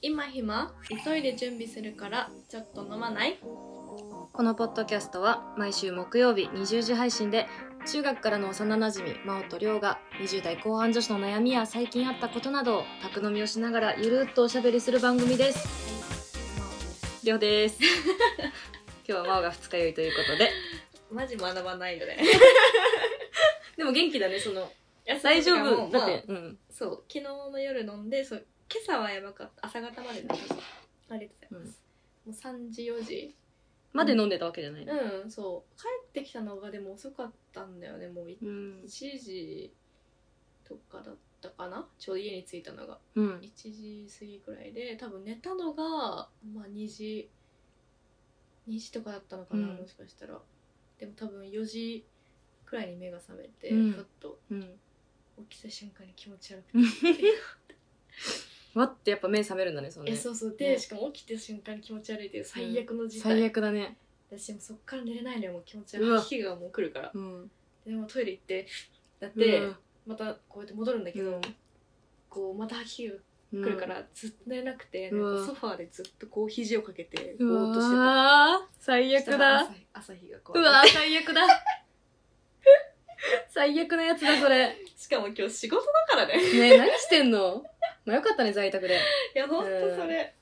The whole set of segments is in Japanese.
今暇急いで準備するからちょっと飲まないこのポッドキャストは毎週木曜日20時配信で中学からの幼なじみ真央と亮が20代後半女子の悩みや最近あったことなどを宅飲みをしながらゆるっとおしゃべりする番組です亮です 今日は真央が二日酔いということでマジ学ば ないよねでも元気だねその大大丈丈夫夫だだっってて、うんそう昨日の夜飲んでそう今朝はやばかった朝方まで飲んでありがとうございます、もう3時4時まで飲んでたわけじゃないのうんそう帰ってきたのがでも遅かったんだよねもう1うん時とかだったかなちょうど家に着いたのがうん1時過ぎくらいで多分寝たのが、まあ、2時2時とかだったのかな、うんもしかしたらでも多分4時くらいに目が覚めて、うんふっとうん起きた瞬間に気持ち悪く て、わってやっぱ目覚めるんだねそのえねそうそうで、ねしかも起きた瞬間に気持ち悪いっていう最悪の事態、最悪だね私もそっから寝れないのよもう気持ちう悪わい日がもう来るからうんでもトイレ行ってだって、うんまたこうやって戻るんだけど、こうまた吐き気がうん来るからずっと寝れなくて、うわなんかソファーでずっとこう肘をかけてぼうーっとしてたわー最悪したらだ朝朝日がこうわー最悪だ 最悪なやつだそれねしかも今日仕事だからね え何してんのまあよかったね在宅でいやほんとそれ、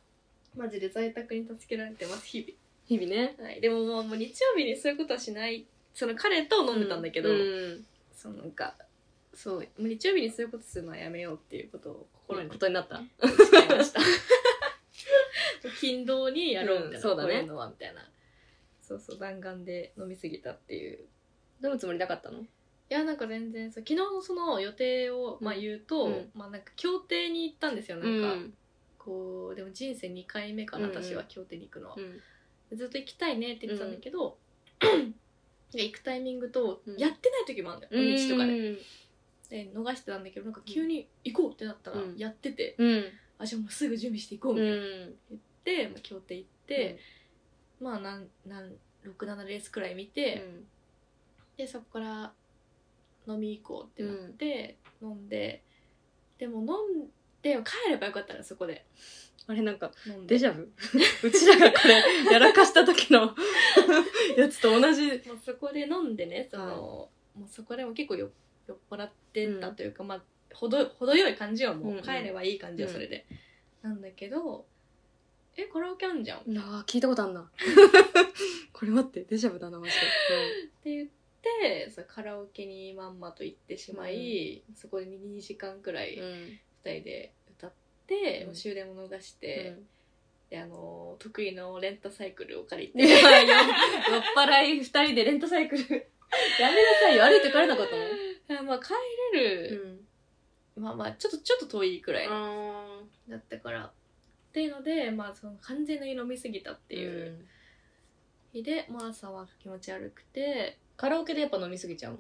マジで在宅に助けられてます日日々ね々、はい、でももうもう日曜日にそういうことはしないその彼と飲んでたんだけど、うんそのなんかそうもう日曜日にそういうことするのはやめようっていうことを心にことになった誓いま した勤労にやろうみたいな、うんそうだねこいうのはみたいなそうそう弾丸で飲みすぎたっていう飲むつもりなかったのいやなんか全然そう昨日のその予定を、まあ、言うと、うんまあなんか協定に行ったんですよなうんんか、こうでも人生2回目かなうんうん私は協定に行くのは、うんずっと行きたいねって言ってたんだけど、で行くタイミングとうんやってない時もあるんだよ、土日とかうでんで逃してたんだけどなんか急に行こうってなったらうんやってて、うんあじゃあもうすぐ準備していこうみうたいな、んで、まあ、協定行って、まあなんなん67レースくらい見て、うんでそこから飲み行こうってなって、飲んででも飲んで帰ればよかったらそこであれなんか飲んでデジャブ うちらがこれやらかした時の やつと同じもうそこで飲んでねその、はいもうそこでも結構酔っ酔っ払ってたというか、まあほど程よい感じはもうんううん帰ればいい感じはそれで、なんだけどえカラオケあんじゃんっあ聞いたことあんな これ待ってデジャブだなマジでて言ってそうカラオケにまんまと行ってしまい、そこで2時間くらい2ん人で歌って、うんもう終電も逃して。うんであのー得意のレンタサイクルを借りいや て酔っ払い二人でレンタサイクル。や めなさいよ、歩いて帰れなかったのあ まあ帰れる、まあまあちょっとちょっと遠いくらいん。っだったからっていうのでまあその完全に飲みすぎたってていいう。うん日で、まあ朝は気持ち悪くてカラオケでやっぱ飲みすぎちゃう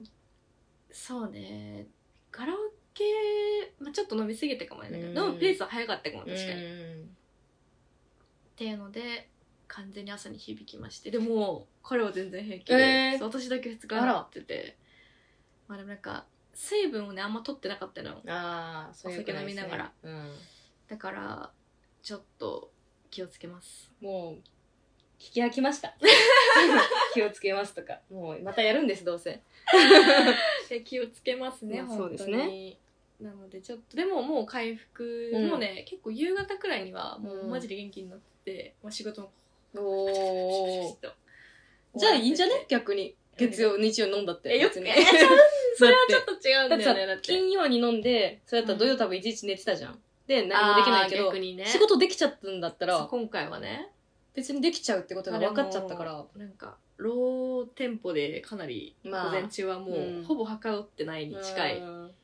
そうねカラオケ、まあ、ちょっと飲みすぎてかもねうん飲むペースは早かったかも確かに、っん。ていうので完全に朝に響きましてでも彼は全然平気で、えーそう私だけ2日になっててまあでもなんか水分をねあんま取ってなかったのよああ、そお酒飲みながら。うん。だからちょっと気をつけますもう、聞き飽きました。 気をつけますとか。もう、またやるんです、どうせ。 気をつけますね、まあ本当にそうですねなのでちょっとでももう回復もね、結構夕方くらいにはもううんマジで元気になってて、まあ、仕事もお。とじゃあいいんじゃね逆に。月曜、日曜飲んだって。えよく別えにちゃうそれはちょっと違うんだって ださよねだっ、て金曜に飲んで、それだったら土曜多分一日寝てたじゃん。で、何もできないけあーど逆、にね仕事できちゃったんだったそうら、今回はね別にできちゃうってことが分かっちゃったから。なんかローテンポでかなり午まあ前中はもう、うんほぼはかどってないに近い、うん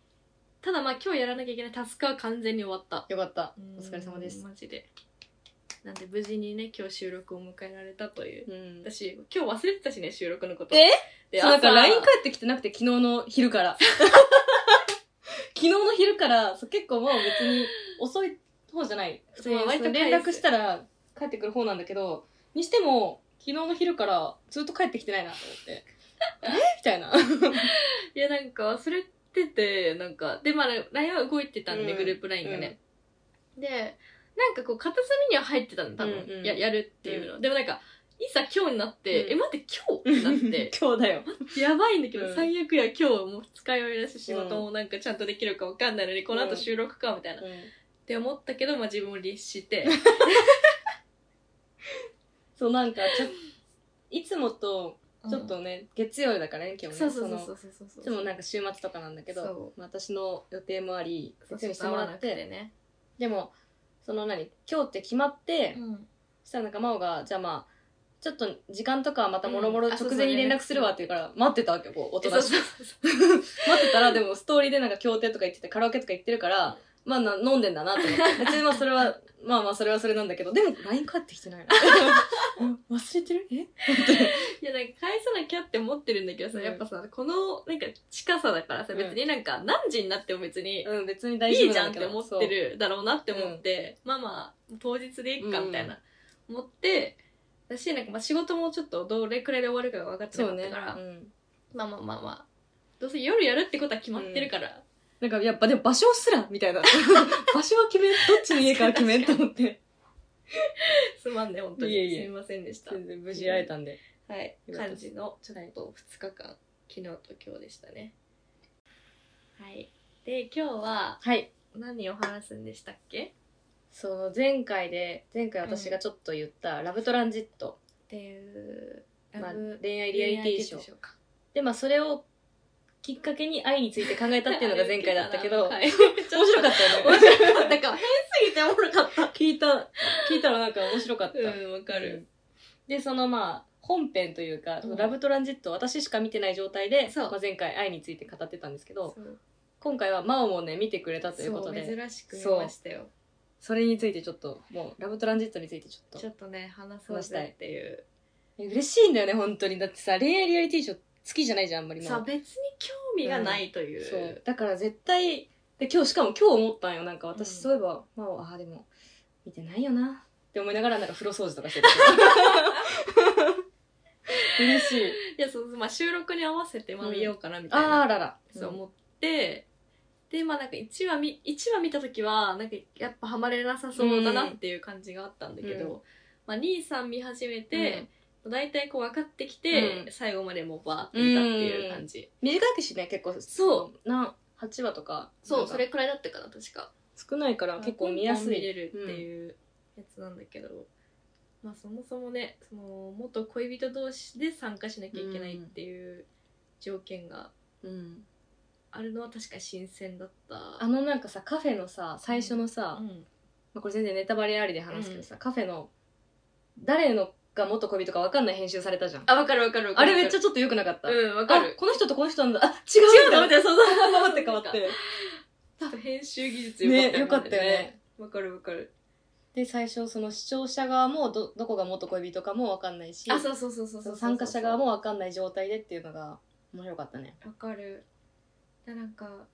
ただまあ今日やらなきゃいけないタスクは完全に終わったよかった。お疲れ様です。マジでなんで無事にね今日収録を迎えられたといううん。私今日忘れてたしね収録のことえでそうなんか朝 LINE 返ってきてなくて、昨日の昼か ら。昨日の昼から、そう結構もう別に遅い方じゃない。普通にまあ割とそう連絡したら帰ってくる方なんだけど、にしても、昨日の昼からずっと帰ってきてないなと思 って。えみたいな。いやなんか忘れててなんかでまあ LINE は動いてたんで、うんグループ LINE がね、でなんかこう片隅には入ってたの多分、うんうんややるっていうの、でもなんかいざ今日になって、うんえ待って今日ってなって 今日だよ。 やばいんだけど、うん最悪や今日もう使い終わりだし仕事もなんかちゃんとできるかわかんないのに、この後収録かみたいな、って思ったけど、まあ、自分を律してそう、なんか、ちょいつもと、ちょっとね、月曜日だからね、今日もそうそうそうね。のそうそうそういつもなんか週末とかなんだけそど、まあ私の予定もあり、そう月そ曜うにして合もらわなっくてて、ね、でも、その何、今日って決まって、うんそしたらなんか真央が、じゃあまあ、ちょっと時間とかはまたもろもろうんあそう直そう前に連絡するわって言うから、待ってたわけよ、こう、え音そう出しそうて。そう待ってたら、でもストーリーでなんか協定とか言ってて、カラオケとか行ってるから、まあな飲んでんだな と思って。別にまあそれは、まあまあそれはそれなんだけど、でも LINE 返ってきてない の。うん忘れてる えいやなんか返さなきゃって思ってるんだけどさ、うんやっぱさこのなんか近さだからさうん別になんか何時になっても別にうん、別に大丈い夫いじゃなんっだけてど思って。るだろうなって思って、まあまあ当日でいっかみたいな、思ってだしなんかまあ仕事もちょっとどれくらいで終わるかが分かってそうなかっそうね。たから、うんまあまあまあまあどうせ夜やるってことは決まってるから、なんかやっぱでも場所すら、みたいな。 場所は決めん、どっちの家から決めんと思って。すまんね本当にいえいえすみませんでした全然無事会えたんで。はいよかった感ですじのちょはいっと2日間、昨日と今日でしたねはいで今日ははい。何を話すんでしたっけその前回で前回私がちょっと言った「ラブトランジットっていう」まラあブ、恋愛リアリティショーーかでまあそれをきっかけに愛について考えたっていうの が前回だったけど、 はい、面面白白かかっったよ面ね白かったか変すぎておもろかった 聞いた聞いたらなんか面白かった、うんわかる、でそのまあ本編というか「うんラブトランジット」私しか見てない状態で、そうまあ、前回愛について語ってたんですけどそう今回は真央もね見てくれたということでそ珍しく見ましたよれについてちょっともう「ラブトランジット」についてちょっちとょっとね話そうぜっていうえ嬉しいんだよね本当にだってさ恋愛リアリティショー好きじゃないじゃんあんまり真央さあ別に興味がないという,、そうだから絶対で今日しかも今日思ったんよなんか私、うんそういえばまああーでも見てないよなって思いながらなんか風呂掃除とかしてる嬉しいいやそう、まあ、収録に合わせてまあうん見ようかなみたいな、あーららそう思って、でまあなんか1話見一話見た時はなんかやっぱハマれなさそうだなっていう感じがあったんだけど、うまあ、兄さん見始めて、大体こう分かってきて、うん最後までもうバーって見たっていう感じ、短くしね結構そな8話とかそなうんかそれくらいだったかな確か少ないから結構見やすい見れるってうんいうやつなんだけど、まあそもそもねその元恋人同士で参加しなきゃいけないっていう条件がうんあるのは確かに新鮮だったあのなんかさカフェのさ最初のさ、うんまあ、これ全然ネタバレありで話すけどさ、カフェの誰のが元恋人か分かんない編集されたじゃんあわかるわかるわかあるれめっちゃちょっと良くなかった、うんわかあるこの人とこの人なんだあ違違ううんんだだみたみたいなそいうそうそうなそうって変わって多分編集技術ね良よかったよねわかるわかるで最初その視聴者側もどどこが元恋人かも分かんないしあそうそうそうそうそそうう参加者側も分かんない状態でっていうのが面白かったねわかるだなんか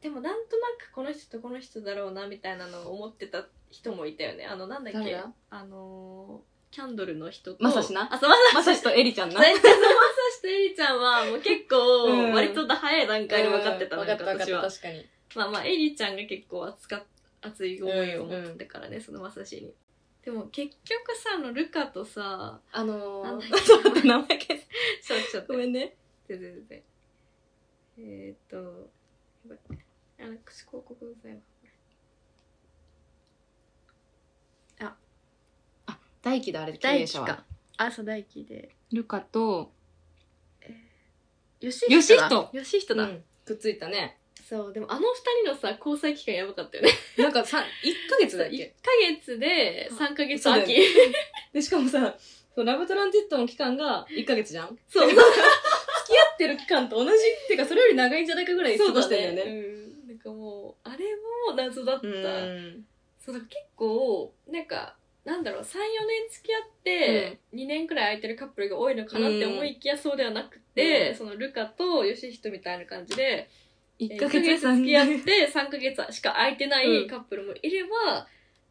でもなんとなくこの人とこの人だろうなみたいなのを思ってた人もいたよねあのなんだっ誰けだあのーキャンドルの人とまさしなあそうまさしまさしとエリちゃん な大体そのまさしとエリちゃんはもう結うん構割と早い段階で分かってたの分よかった分かっ私たは確かにまあまあエリちゃんが結構熱か熱い思いを持ってたからね、そのまさしにでも結局さあのルカとさあのなんだっー、け ちょっと待って名前消せちょちょっとごめんね全然全然えー、っとやばいあの口広告うざいわ大輝だあ れ大輝かあそう大輝でルカと、よしひよだよしひとだ、うんくっついたねそうでもあの二人のさ交際期間やばかったよねなんかさ1ヶ 月だっ1けヶ月で3ヶ月そうだよ秋ねでしかもさそうラブトランジットの期間が1ヶ月じゃんそう付き合ってる期間と同じっていうかそれより長いんじゃないかぐらい過ごしてんだよねうんなんかもうあれも謎だった、そうだから結構なんかなんだろう34年付き合って2年くらい空いてるカップルが多いのかなって思いきやそうではなくて、うんそのルカとヨシヒトみたいな感じで、一1ヶ月付き合って3ヶ月しか空いてないカップルもいれば、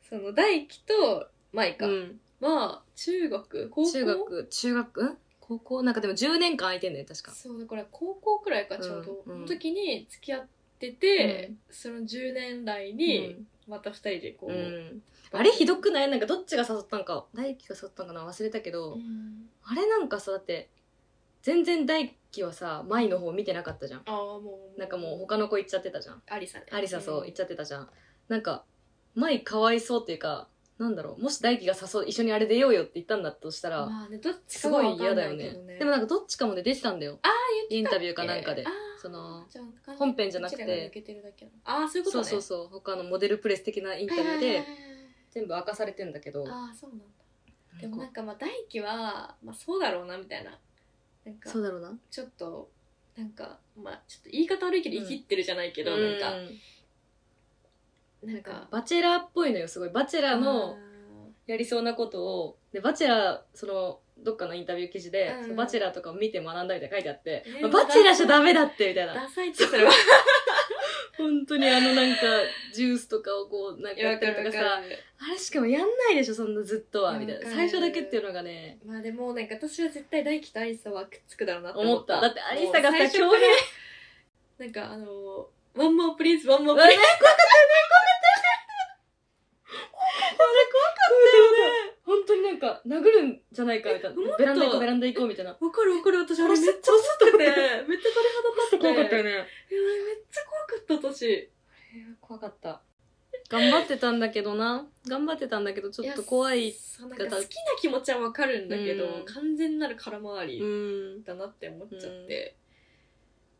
その大輝と舞香うん、は中学高校中学中学ん高校なんかでも10年間空いてんだよ確かそうだから高校くらいかちょうど、うんうんの時に付き合ってて、うその10年来に、また二人でこうう、ん、あれひどくないなんかどっちが誘ったんか大輝が誘ったんかな忘れたけど、うんあれなんかさだって全然大輝はさ舞の方見てなかったじゃんああもうなんかもう他の子行っちゃってたじゃんありさねありさそう行っんちゃってたじゃんなんか舞かわいそうっていうかなんだろうもし大輝が誘う一緒にあれ出ようよって言ったんだとしたら、まあねどっちすかはごい分か嫌んだなよいけねどねでもなんかどっちかもね出てたんだよああイ言ンってたタビューかなんかであーそのじゃあ本編じゃなくてどちらが抜けてるだけなのああそういうことそうねそうそう他のモデルプレス的なインタビューはいではいはいはい全部明かされてんだけどああそうなんだでなもんかなんかまあ大輝は、まあ、そうだろうなみたいななんかそうだろうなちょっとなんかまあちょっと言い方悪いけどうん生きってるじゃないけど、なんかなんなんかかバチェラーっぽいのよすごいバチェラーのあやりそうなことをでバチェラーそのどっかのインタビュー記事で、うんそのバチェラーとかを見て学んだみたいな書いてあって、ねまあバチェラーじゃダメだってみたいーなダサいってそれは本当にあのなんかジュースとかをこうなんかやってるとか さわかるあれしかもやんないでしょそんなずっとはみたいわなかる最初だけっていうのがねまあでもなんか私は絶対大輝とアリサはくっつくだろうなって思思っったただってアリサがさもう最初強から兵なんかあのーワンモープリーズワンモーあプリーれズ本当になんか殴るんじゃないかみたいえ思っなたベランダ行こうベランダ行こうみたいなわかるわかる私あれめっ殺ちしゃちゃ映ってうてめっちゃ鳥肌立っていやねめっちゃ怖かった私怖かった頑張ってたんだけどな頑張ってたんだけどちょっと怖いやそうなんか好きな気持ちはわかるんだけど、うん完全なる空回りんだなって思っちゃって、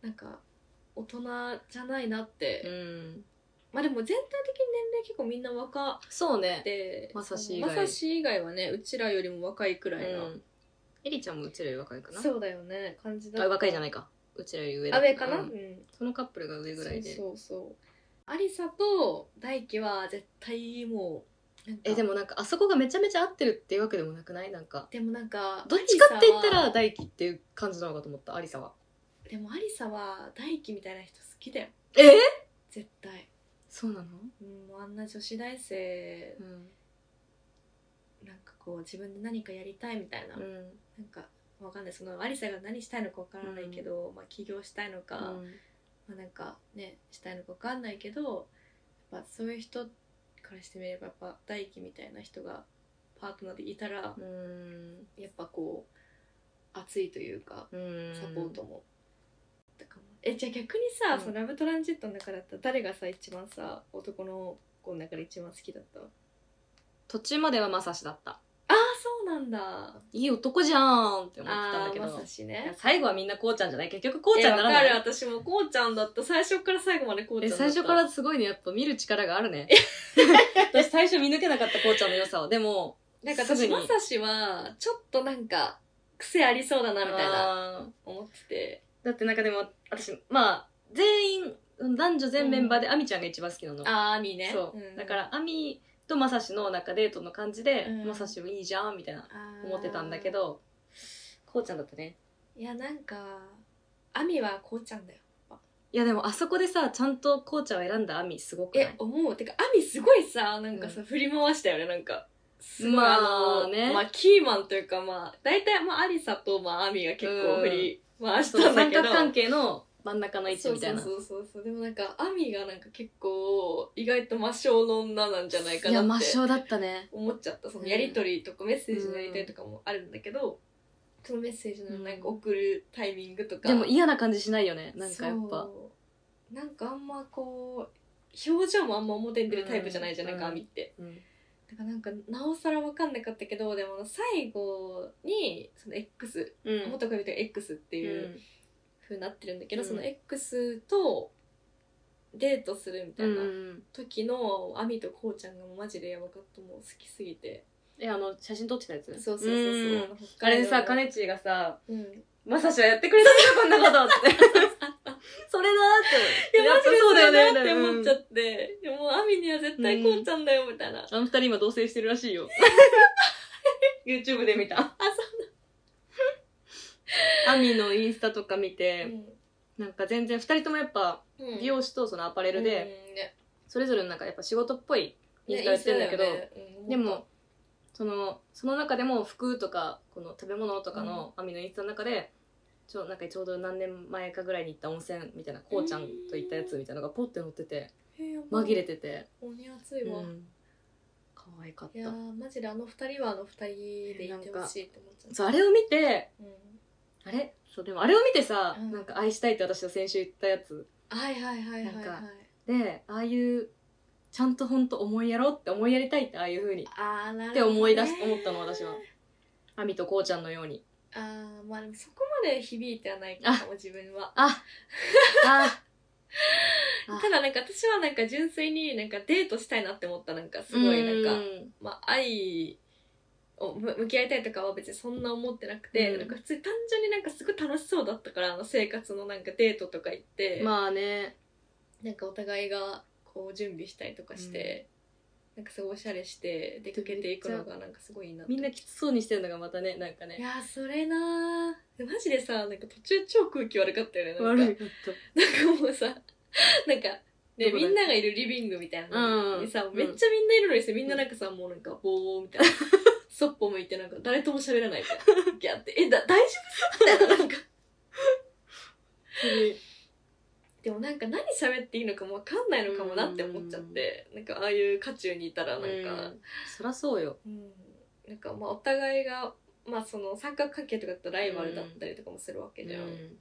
なんか大人じゃないなって、うんまあでも全体的に年齢結構みんな若そうくねてまさし以ま外さし以外はねうちらよりも若いくうらいな、んエリちゃんもうちらより若いかなそうだよね感じだあ若いじゃないないかうちらより上あ上かな、ううんんそのカップルが上ぐらいでそうそうそうありさと大輝は絶対もうなんかえでもなんかあそこがめちゃめちゃ合ってるっていうわけでもなくないなんかでもなんかどっちかって言ったアリサらは大輝っていう感じなのかと思ったアリサはでもありさは大輝みたいな人好きだよえ絶対そうなのうんあんな女子大生うんなんかこう自分で何かやりたいみたいな、なんかわかんないそのありさが何したいのかわからないけど、まあ起業したいのか、まあなんかねしたいのかわかんないけどやっぱそういう人からしてみればやっぱ大輝みたいな人がパートナーでいたら、うんやっぱこう熱いというかうんサポートも。だからえじゃあ逆にさ、うんそのラブトランジットの中だったら誰がさ一番さ男の子の中で一番好きだったあ途中まではまさしだったあそうなんだいい男じゃんって思ってたんあだけーど、まさしね最後はみんなこうちゃんじゃない結局こうちゃんえなわらかないる私もこうちゃんだった最初から最後までこうちゃえんだった最初からすごいねやっぱ見る力が あるね私最初見抜けなかったこうちゃんの良さをでもなんかすぐ私にまさしはちょっとなんか癖ありそうだなみたいなあー思っててだってなんかでも私まあ全員男女全メンバーで亜美ちゃんが一番好きなの、あーアミねそう、んだから亜美とまさしのなんかデートの感じでうんまさしもいいじゃんみたいなあー思ってたんだけどこうちゃんだったねいやなんかアミはこうちゃんだよいやでもあそこでさちゃんとこうちゃんを選んだ亜美すごくないえ思うてかアミすごいさなんかさ、振り回したよねなんかすごい、まあのねまあキーマンというかまあ大体まあアリサとまあアミが結構振り回しそうたんだ三けど、角関係の真ん中の位置みたいなそうそうそうそうでもなんかアミがなんか結構意外と魔性の女なんじゃないかなってだったね思っちゃったそのやりとりとかメッセージのやり取りとかもあるんだけど、そのメッセージのなんか送るタイミングとか、でも嫌な感じしないよねなんかやっぱそうなんかあんまこう表情もあんま表に出るタイプじゃないじゃないか、うんアミってうんだからなんかなおさら分かんなかったけどでも最後にその X、元恋人が X ってういう、んふうになってるんだけど、うんその X とデートするみたういんな時のアミとこうちゃんがもうマジでやばかったもう好きすぎてえあの写真撮ってたやつそうそうそうそう、んあれでさかねちーがさうん、い「まさしはやってくれたのかこんなこと」って それだーってやマジでそそううだだよよねねみたって思っちゃいなって、でもうアミには絶対こうちゃんだよみたいな、あの二人今同棲してるらしいよ YouTube で見たあアミのインスタとか見そうて、なんか全然二人ともやっぱうん美容師とそのアパレルで、うんねそれぞれのなんかやっぱ仕事っぽいインスタやってるんだけど、でもそのその中でも服とかこの食べ物とかのアミのインスタの中で、ちょなんかちょうど何年前かぐらいに行った温泉みたいなこうちゃんと行ったやつみたいなのがポッて載っててインスタだよねうん思ったへえ紛れてて、鬼熱いうわ、ん、可愛かっいやたーマジであの二人はあの二人でいてほしいって思っちゃったそうあれを見てうんあれそうでもあれを見てさ、うんなんか愛したいって私が先週言ったやつはいはいはいはいなはんいかでああいうちゃんと本当思いやろうって思いやりたいってああいう風にああなるほど、ね、って思い出し思ったの私は亜美とこうちゃんのようにああまあでもそこまで響いてはないかも自分はあああただなんか私はなんか純粋になんかデートしたいなって思ったなんかすごいなんかまあ、愛をむ向き合いたいとかは別にそんな思ってなくて、うんなんか普通に単純になんかすごい楽しそうだったからあの生活のなんかデートとか行って、まあねなんかお互いがこう準備したりとかして、なんかすごいおしゃれして出かけていくのがなんかすごいいいなってみんなきつそうにしてるのがまたねなんかいねやーそれなーマジでさなんか途中超空気悪かったよねなんか悪かったなんかもうさなんかねどこだみんながいるリビングみたいなのにさ、うんめっちゃみんないるのにさみんななんかさ、もうなんかぼー みたいなそっぽ向いてなんか誰とも喋らないみたいなギャーってえだ大丈夫みたいな なんかでもなんか何喋っていいのかもわかんないのかもなって思っちゃって、なんかああいう渦中にいたらなんか、うんそらそうようんなんかまあお互いがまあその三角関係とかだったらライバルだったりとかもするわけじゃん、うん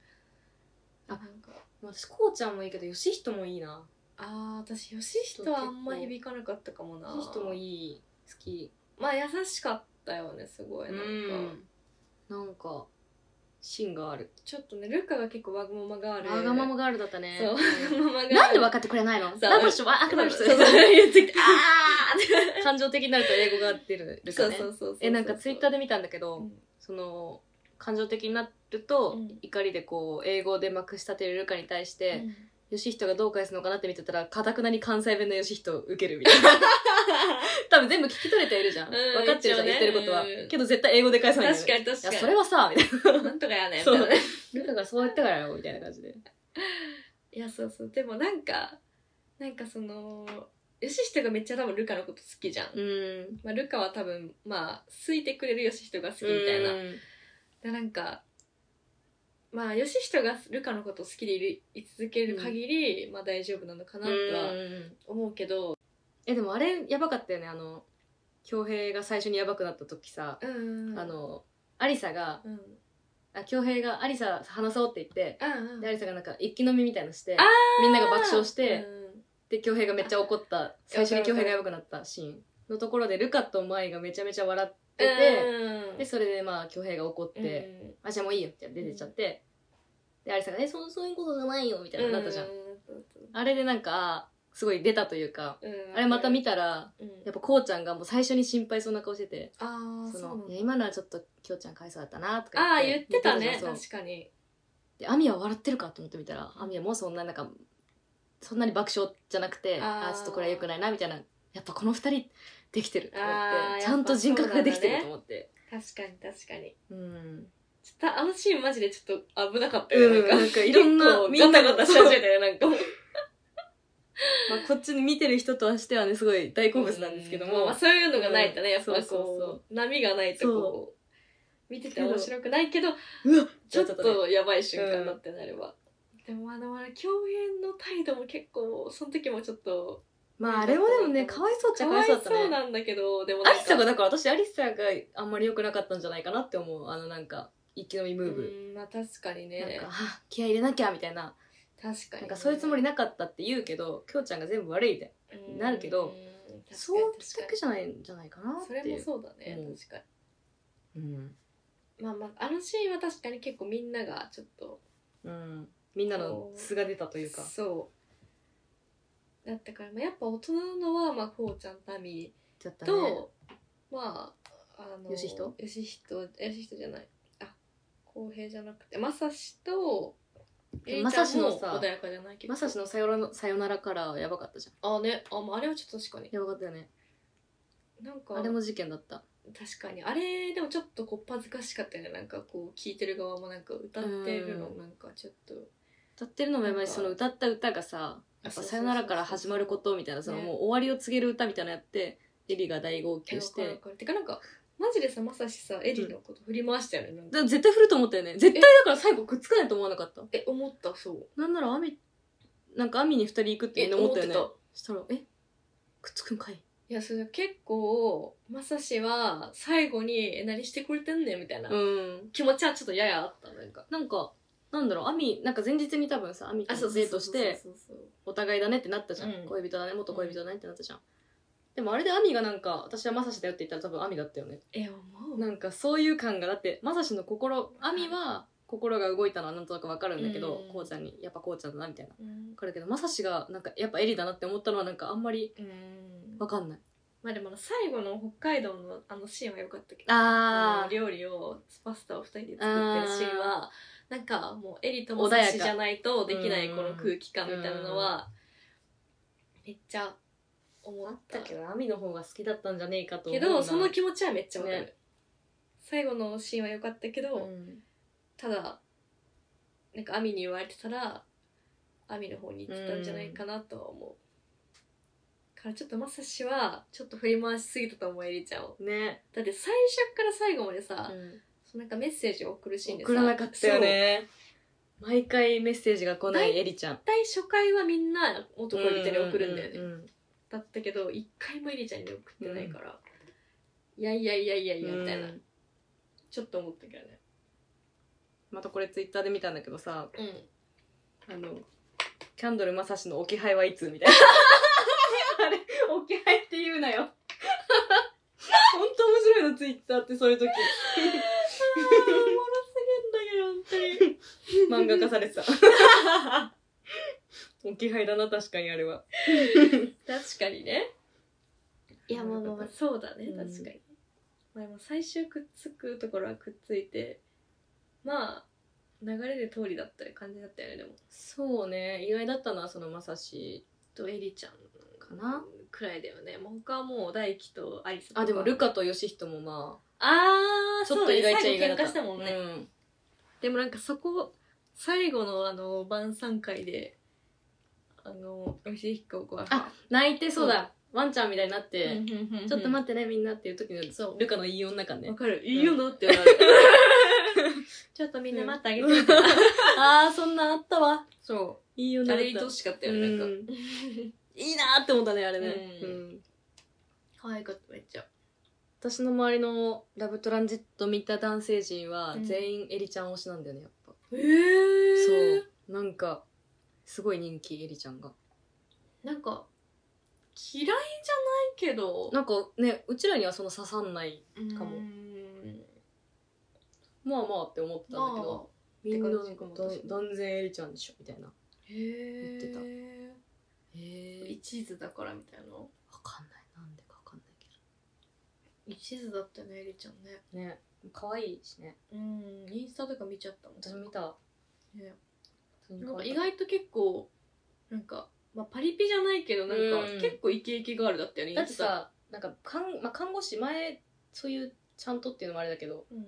あなんか私こうちゃんもいいけどよしひともいいなあー私ヨシヒトはあんま響かなかったかもなよしひともいい好きまあ優しかったよねすごいなんか、なんか芯があるちょっとねルカが結構わがままがあるわがままガールだったねそうわがままがある なんで分かってくれないのそうラブしょあくまでそ人うそう言ってきてあ感情的になると英語が出るあかねそうそうそうえなんかツイッターでで見たんだけど、その感情的になると、うん怒りでこう英語でまくし立てるルカに対 して、ヨシヒトがどう返すのかなって見てたらかたくなに関西弁のヨシヒトを受けるみたいな 多分全部聞き取れてはいるじゃん、うん分かってるじ一応ゃん、言ねってることは、うんけど絶対英語で返さないんだよ確かねに確かいにやそれはさみたいなんとかやねなみたいなねルカがそう言ったからよみたいな感じでいやそうそうでもなんかなんかそのヨシヒトがめっちゃ多分ルカのこと好きじゃん、うんまあ、ルカは多分まあ好いてくれるヨシヒトが好きみたいな、でなんかまあヨシヒトがルカのことを好きでいるい続ける限り、まあ大丈夫なのかなとうはん思うけどえでもあれやばかったよねあの恭平が最初にやばくなった時さ、うんあのアリサがうんうんあ恭平が「アリサ話そう」って言ってうんでアリサがなんか一気飲みみたいのしてあみんなが爆笑しうて、んで恭平がめっちゃ怒った最初に恭平がやばくなったシーンのところでルカとマイがめちゃめちゃ笑ってて、うんでそれでまあ恭平が怒って「あじゃあもういいよ」って出てっちゃって、でアリサが「えそそういうことじゃないよ」みたいななったじゃん、うんあれでなんかすごい出たというかうんあれまた見たらうんやっぱこうちゃんがもう最初に心配そうな顔しててああそそうなんのいだや今のはちょっときょうちゃんかわいそうだったなとかああ言ってた言っねじゃんそう確かにでアミは笑ってるかと思ってみたらアミはもうそんななんかそんなに爆笑じゃなくてああーあーちょっとこれはよくないなみたいなやっぱこの二人できてると思あーってちゃんと人格ができてやっぱるとそ思って確かに確かにう,、ちょっとあのシーンマジでちょっと危なかったよねん、なんかなんかいろんな み結構んなガタガがタしそう 始めたよなんかもうまあ、こっちに見てる人としてはねすごい大好物なんですけどうんも、まあ、そういうのがないとね、うんやっぱこうそうそうそ波がないとそこう見てて面白くないけどうわちょっとやばい瞬う間んだってなれば、でもあのあれ共演の態度も結構その時もちょっとまああれもでもねかわいそうっちゃかかわわいいそうだったねそうなんだけどでもアなんリサがだから私アリサがあんまり良くなかったんじゃないかなって思うあのなんか一気飲みムーブ、うんまあ確かにねなんかあ気合い入れなきゃみたいな確かになんかそういうつもりなかったって言うけどきょうちゃんが全部悪いみたいになるけどそそうう確だかけじゃないんじゃないかなにっそていうれもそうだね、うん確かにうんまあまああのシーンは確かに結構みんながちょっとうん、みんなの素が出たというかそうだったから、まあ、やっぱ大人なのは、まあ、こうちゃんとアミちょっとと、ねまああのよしひとよしひとよしひとじゃないあ公平じゃなくてまさしとええりまちゃさんしのもさ穏やかじゃないけどまさしのさよらの「さよなら」からやばかったじゃんあねあ,、まあ、あれはちょっと確かにやばかったよねなんかあれも事件だった確かにあれでもちょっとこう恥ずかしかったよねなんかこう聴いてる側もなんか歌ってるのうんなんかちょっと歌ってるのもやばいしなんかその歌った歌がさやっぱ「さよなら」から始まることみたいなそのねもう終わりを告げる歌みたいなのやってエリが大号泣しえわかるてわかるてかなんかマジでさまさしさエリのこと振り回したよね、なんかだから絶対振ると思ったよね絶対だから最後くっつかないと思わなかったえ思ったそうなんならアミなんかアミに二人行くってみんな思ったよね思したら「えくっつくんかいいや、それ結構、まさしは最後に、え、何してくれてんねんみたいな、」うん気持ちはちょっとややあった、なんか。なんかなんだろうアミなんか前日に多分さアミとデートしてそうそうそうお互いだねってなったじゃん、うん恋人だね元恋人だねってなったじゃん、でもあれでアミがなんか私はマサシだよって言ったら多分アミだったよねえ、思うなんかそういう感がだってまさしの心亜美は心が動いたのはなんとなくわかるんだけど、うんこうちゃんにやっぱこうちゃんだなみたいなわうん。かるけどまさしがなんかやっぱエリだなって思ったのはなんかあんまりうんわかんないまあでもあの最後の北海道のあのシーンは良かったけどあーの料理をパスタを2人で作ってるシーンはなんかもうエリとも穏やかサシじゃないとできないうんこの空気感みたいなのはめっちゃ思あっったたけど亜美の方が好きだったんじゃねえかと思けうなどその気持ちはめっちゃわかる、ね最後のシーンは良かったけど、うんただなんかアミに言われてたらアミの方に行ってたんじゃないかなとは思う、からちょっとまさしはちょっと振り回しすぎたと思うエリちゃんをね、だって最初から最後までさ、そのなんかメッセージを送るシーンでさ送らなかったよね毎回メッセージが来ないエリちゃんそう絶対初回はみんな元恋人に送るんだよね、ううんだったけど一回もエリちゃんに送ってないから、いやいやいやいやいやみたいな、うんちょっと思ったけどねまたこれツイッターで見たんだけどさうんあの、キャンドルまさしの置き配はいつみたいな。 あれ、置き配って言うなよ。ほんと面白いの、ツイッターって そういう時。おもろすぎんだけど本漫画化されてた。 置き配だな、確かにあれは。当に 確かにねいやまあまあまあそうだね、うん確かに、まあ、でも最終くっつくところはくっついてまあ流れる通りだった感じだったよねでもそうね、意外だったのはそのまさし。とエリちゃんかなくらいだよねもう他はもう大輝とアリスとかあ、でもルカとヨシヒトもまああ、ーちょっと意外っちゃ意外だだった。したもんね、うんでもなんかそこ最後のあの晩餐会であの吉彦子はあ泣いてそうだ、ワンちゃんみたいになって、ちちょっとっ待ってね、みんなっていう時のそうルカのいい女感ねわ。かるいいよなってなる ちょっとみんな待ってあげて、ああ、そんなんあったわ。そいいう女だあった。れ愛おしかったよねなんかうんいいなーって思ったねあれね、うんうん可愛かっためっちゃ私の周りのラブトランジット見た男性陣はうん全員エリちゃん推しなんだよねやっぱ、へえそうなんかすごい人気エリちゃんがなんか嫌いじゃないけどなんかねうちらにはその刺さんないかもうんまあまあって思ってたんだけまどあ、みんなって感じかもど私も断然エリちゃんでしょみたいなへ言ってたえへえ一途だからみたいな分かんないなんでか分かんないけ一途だったよねエリちゃんねどね可愛いしねうんインスタとか見ちゃったもん私も見たね普通にな可んか愛意かっ外と結構なんか、まあ、パリピじゃないけどなんか、うん結構イケイケガールだったよねただって、さなんか看,、まあ、看護師前そういうちゃんとっていうのもあれだけどインス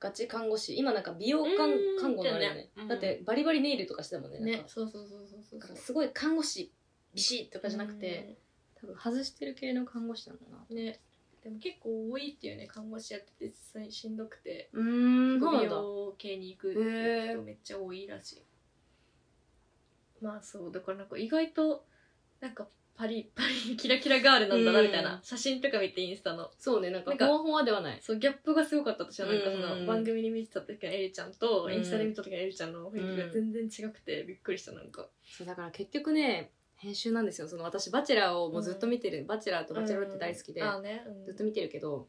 ガチ看護師今なんか美容看うん看護のあれだよよねね、うんだってバリバリネイルとかしてたもんねタうん、ねなんかそうそうそうそうそうなんかそうすごい看護師ビシッとかじゃなくて、、多分外してる系の看護師なんだなうんねでも結構多いっていうね看護師やってて実際しんどくてうん美そうなんだ容系に行くっていう人めっちゃ多いらしい、まあそうだからなんか意外となんかパリ パリキラキラガールなんだなみたいな、うん写真とか見てインスタのそうねなんなかんほかわほわではないそうギャップがすごかった私はなんかそうのん番組に見てた時のエリちゃんと、うんインスタで見た時のエリちゃんの雰囲気が全然違くてびっくりしたなんか、そうだから結局ね編集なんですよその私バチェラーをもうずっと見てる、バチェラーとバチェロレって大好きで、あーねうんずっと見てるけど、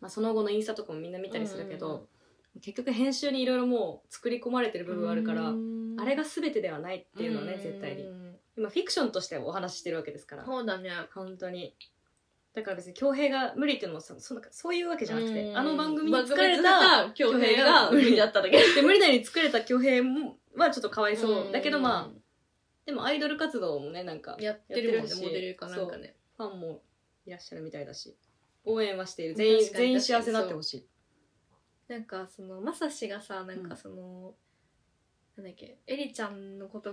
まあ、その後のインスタとかもみんな見たりするけど、結局編集にいろいろもう作り込まれてる部分があるから、うんあれが全てではないっていうのはね、ん絶対に今フィクションとしてお話ししてるわけですからそうだね本当にだから別に恭平が無理っていうのもそそんなそういうわけじゃなくてあの番組にに疲疲れれたた恭平が無理だっただけで無理なように作れた恭平もはちょっとかわい そう、んだけどまあでもアイドル活動もねなんかやってるもんねやってるしモデルかなんかねファンもいらっしゃるみたいだし応援はしている全員確かに全員幸せになってほしいなんかそのまさしがさなんかその、なんだっけエリちゃんのこと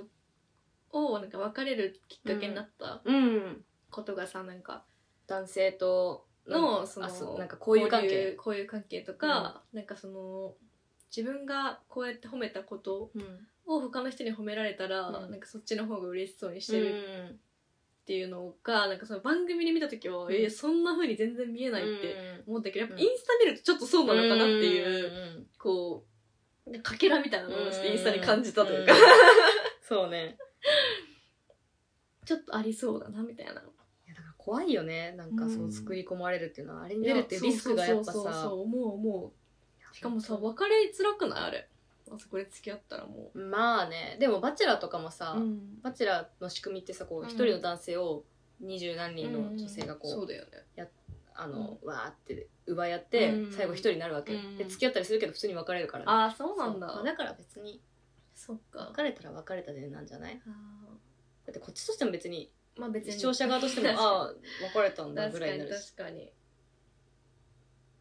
をなんか別れるきっかけになったうんことがさなんか男性とのなんかそのあうなんかこういうこう関い係うこういう関係とか、なんかその自分がこうやって褒めたことうんを他の人に褒められたら、うんなんかそっちの方が嬉しそうにししててるるっていうのが、なんかその番組で見た時は、うんえーそんな風に全然見えないって思ったけど、やっぱうんインスタ見るとちょっとそうなのかなっていう、うこう、かけらみたいなのをちょっとインスタに感じたと いうか、んそうねちょっとありそうだな、みたいな。いやだから怖いよねなんかそううん作り込まれるっていうのはあれに出るっていうリスクがやっそぱうそうそうそさう、思う思う。しかもさ、別れづらくないあれ。あそこで付き合ったらもう。まあねでも「バチェラー」とかもさ、んバチェラーの仕組みってさこううん一人の男性を二十何人の女性がこう、そうだよね。あのわーって奪い合って、うん最後一人になるわけ、うんで付き合ったりするけど普通に別れるからね、ああ、そうなんそうまだあ。だから別にそっか。別れたら別れたでなんじゃないあだってこっちとしても別にーまあ別に。視聴者側としても確かにああ別れたんだぐ確からいにになるし確かに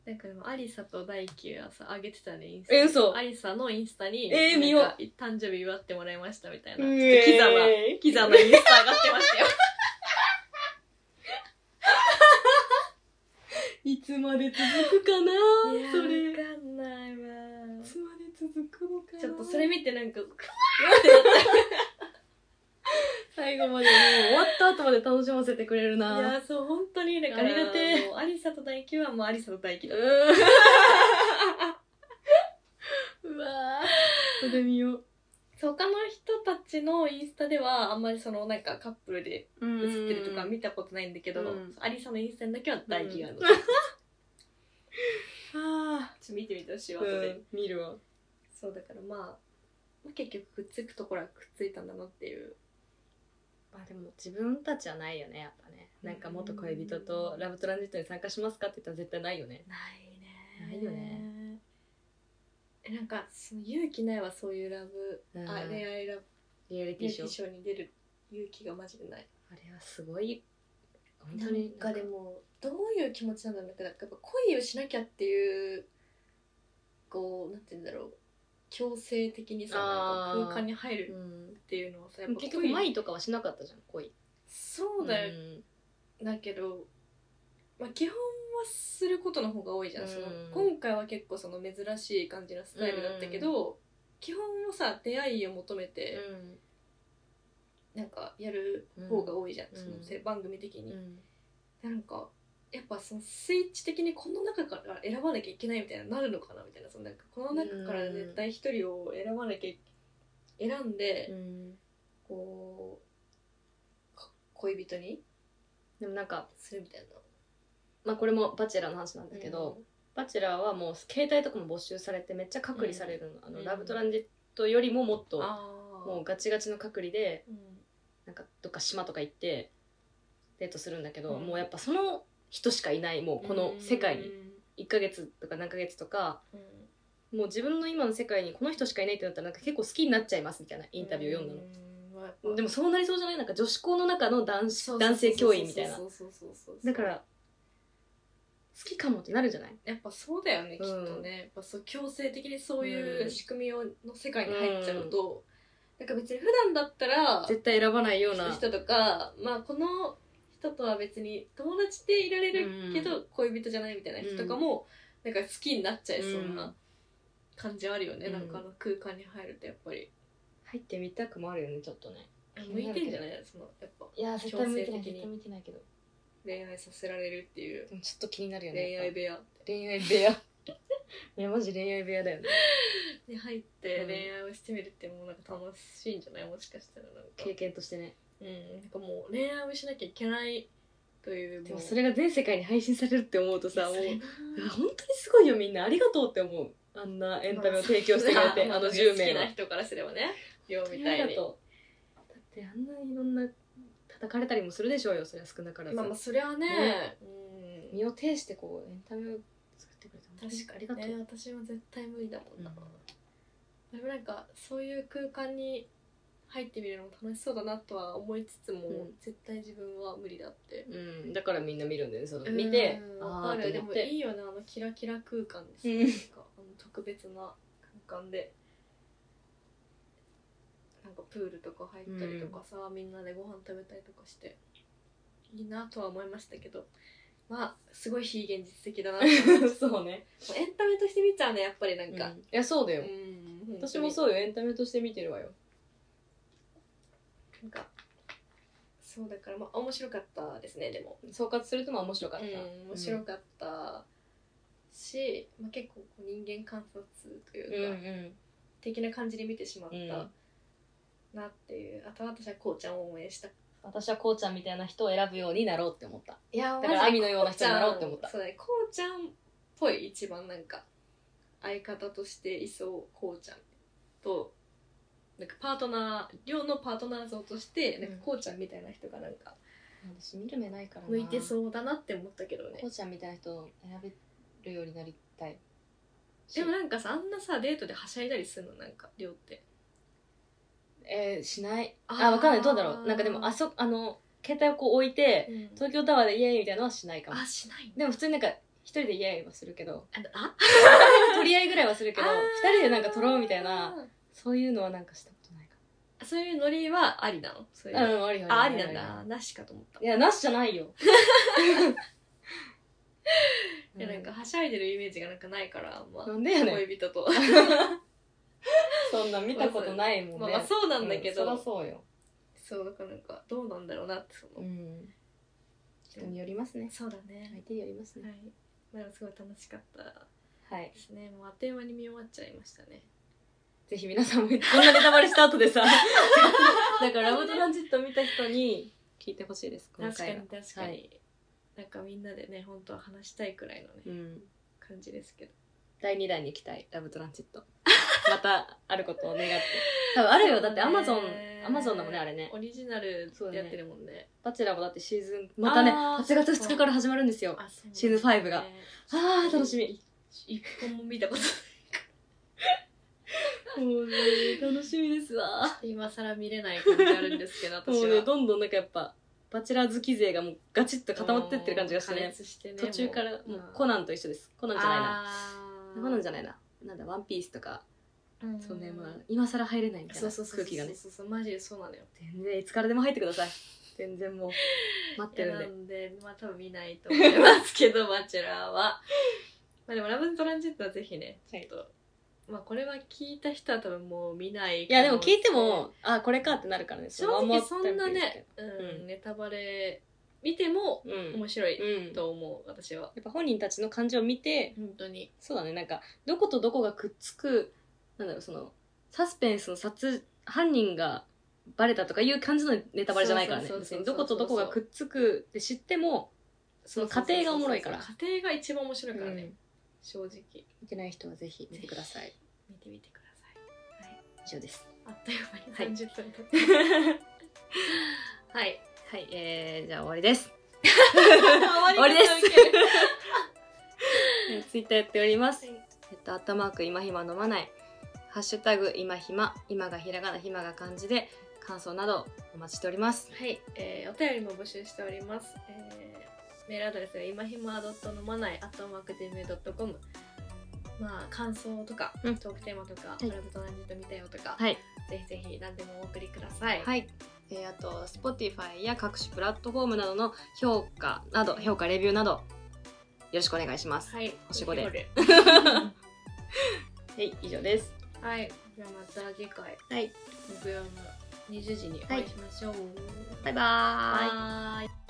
なんかでもアリサと大輝がさ上げてたねインスタえ嘘アリサのインスタにえー見ようなんか誕生日祝ってもらいましたみたいな、うちょっとキザなえーキザなインスタ上がってましたよいつまで続くかな それいかんないわつまで続くのかなちょっとそれ見てなんか最後までもう終わった後まで楽しませてくれるいなやそう本当にだからありがてえもうアリサと大輝はもうアリサと大輝だううわーそれ見よそう他の人たちのインスタではあんまりそのなんかカップルでう映ってるとか見たことないんだけど、うんアリサのインスタだけは大輝があるの、うちょっあと見てみてほしいわ後で、ーうん見るわそうだからまあ、まあ結局くっつくところはくっついたんだなっていうまあでも自分たちはないよねやっぱねなんか元恋人とラブトランジットに参加しますかって言ったら絶対ないよねないねないよねえなんかその勇気ないはそういうラブ、うんあ恋愛ラブリアリテリィアリテショィーショーに出る勇気がマジでないあれはすごい本な当んにかでもどういう気持ちなんだろうなんかやっぱ恋をしなきゃっていうこうなんて言うんだろう強制的にさあーなんか空間に入るうんっていうのはさやでっもぱ結局恋舞とかはしなかったじゃん恋そうだよ、んだけど、まあ、基本はすることの方が多いじゃん、うんその今回は結構その珍しい感じのスタイルだったけど、基本はさ出会いを求めてなんかやる方が多いじゃん、うんそのうんせ番組的に、うんなんかやっぱそのスイッチ的にこの中から選ばなきゃいけないみたいななるのかなみたいなそのなんかこの中から絶対一人を選ばなきゃい選んで、うんこうこ恋人にでもなんか、するみたいなまあ、これも「バチェラー」の話なんだけど、、バチェラーはもう携帯とかも没収されてめっちゃ隔離されるの,、あうのんラブトランジットよりももっうん、とあーもうガチガチの隔離でうんなんかどっか島とか行ってデートするんだけど、うんもうやっぱその人しかいないもうこの世界に1ヶ月とか何ヶ月とかうんもう自分の今の世界にこの人しかいないってなったらなんか結構好きになっちゃいますみたいなインタビュー読んだの。うんでもそうなりそうじゃないなんか女子校の中の男そうそうそうそう子男性教員みたいなそうそうそうそうそうだから好きかもってなるじゃないやっぱそうだよねきっうんとねやっぱそう強制的にそういううん仕組みをの世界に入っちゃうとなんか別に普段だったら絶対選ばないような人とかまあこの人とは別に友達でいられるけうど恋人じゃないみたいな人とかもなんか好きになっちゃいそうな感じあるよねうんなんかあの空間に入るとやっぱり入ってみたくもあるよねちょっとね向いてんじゃないそのやっぱいや絶対向いてない絶絶対対向いてないけど恋愛させられるっていうでもちょっと気になるよね恋愛部屋恋愛部屋 いやマジ恋愛部屋だよねに入って恋愛をしてみるってもうなんか楽しいんじゃないもしかしたらなん経か、験としてねうん、なんかもう恋愛をしなきゃいけないというでもうそれが全世界に配信されるって思うといやさもうそれなあ本当にすごいよみんなありがとうって思うあんなエンタメを提供し てくれて、まあのま10好名きなは人からすればねよ本う当みにたあいりがにとうだってあんないろんな叩かれたりもするでしょうよそれは少なからず、まあまあそれはねねうん身を挺してこうエンタメを作ってくれて本当確かあにりがとう、ね私は絶対無理だもんな、うでもなんかそういう空間に入ってみるのも楽しそうだなとは思いつつも、うん絶対自分は無理だってんうんだからみんな見るんだよねその見てうんあわあかるとで思っもていいよねあのキラキラ空間です、うんなんかあの特別な空間でなんかプールとか入ったりとかさ、みんなでご飯食べたりとかしていいなとは思いましたけどまあすごい非現実的だなと思い ましたそうね、もうエンタメとして見ちゃうねやっぱりなんか、いやそうだうよ、ん本当に私もそうよエンタメとして見てるわよなんかそうだからまあ面白かったですねでも、総括するとまあ面白かった、うん、面白かったし、まあ、結構こう人間観察とういんうか、うん的な感じで見てしまったうんなっていう、あと私はこうちゃんを応援した私はこうちゃんみたいな人を選ぶようになろうって思ったいやだからマジで亜美のような人になろうって思ったこうちゃんそうだねこうちゃんっぽい一番なんか相方としていそうこうちゃんとなんかパートナー両のパートナー像としてなんうんかこうちゃんみたいな人がなんか私見る目ないからな向いてそうだなって思ったけどねこうちゃんみたいな人を選べるようになりたいしでもなんかさあんなさデートではしゃいだりするのなんかりょうってえーしないあーあわかんないどうだろうなんかでもあそあの携帯をこう置いて東京タワーでイエーイみたいなのはしないかもあしないでも普通になんか一人でイエーイはするけ どああ取り合いぐらいはするけどあー二人でなんか取ろうみたいなそういうのはなんかしたことないかそういうノリはありなのそういうなのうんありあありなんだなしかと思ったいやなしじゃない よいやなんかはしゃいでるイメージがなんかないから、まあ、なんでやねん恋人と そんな見たことないもんね、まあまあそうなんだけど、うんそりゃそうよ、そうだからなんかどうなんだろうなってその、うん、人によりますねそうだね相手によりますはねい、まあ、でもすごい楽しかったはいですねもうあっという間に見終わっちゃいましたねぜひ皆さんもこんなネタバレした後で さだからラブトランジット見た人に聞いてほしいです今確かに回は確かに、はいなんかみんなでね本当は話したいくらいのね、うん、感じですけど第2弾に行きたいラブトランジットまたあることを願って 多分あるよだってアマゾンアマゾンだもんねあれねオリジナルそうだでねやってるもんねバチェラーもだってシーズンまたねあー8月2日から始まるんですよあそうなんだねシーズンファイブがあー楽しみ一本も見たことないもうね楽しみですわ今更見れない感じあるんですけど私もはうねどんどんなんかやっぱバチェラー好き勢がもうガチッと固まってってる感じがして加ね熱してね途中からもうコんナンと一緒ですコナンじゃないなあーコナンじゃないななんだワンピースとかうんそうねまあ今更入れないみたいそうなそうそう空気がねそうそうそうマジでそうなのよ全然いつからでも入ってください全然もう待ってるんなでんでまあ多分見ないと思いますけどバチェラーは まあでも「ラブトランジット」はぜひねちょっと、まあこれは聞いた人は多分もう見ないいやでも聞いてもあこれかってなるからね正のまま直そんなね、ううんん、ネタバレ見てもうん面白ういんやと思う私はっぱ本人たちの感情を見て本当にそうだねなんかどことどこがくっつくなんだろうそのサスペンスの殺犯人がバレたとかいう感じのネタバレじゃないからねそうそう別そうそうにどことどこがくっつくって知ってもその過程がおもろいからそうそうそうそう過程が一番面白いからね、うん正直見てない人はぜひ見てください見てみてください以上ですあっというはい間に30分経って はい、はい、えー、じゃあ終わりです。終わりです方受けるツイッターやっております。はえいっと、アットマーク、今暇飲まない。ハッシュタグ、今暇、今がひらがな、暇が漢字で、感想などお待ちしております。はい、えー、お便りも募集しております。えー、メールアドレスは今ひまドット飲まないアットマーク gmail.com まあ感想とか、うんトークテーマとか、いラブと何時と見たよとか、はい。ぜひぜひ何でもお送りください。い、はい。えー、あと、Spotify や各種プラットフォームなどの評価など、評価、レビューなど、よろしくお願いします。はい、星五で星五 はい、以上です。はい、じゃあまた次回はい。木曜の20時にお会いしましょう。バイバーイ。バイ。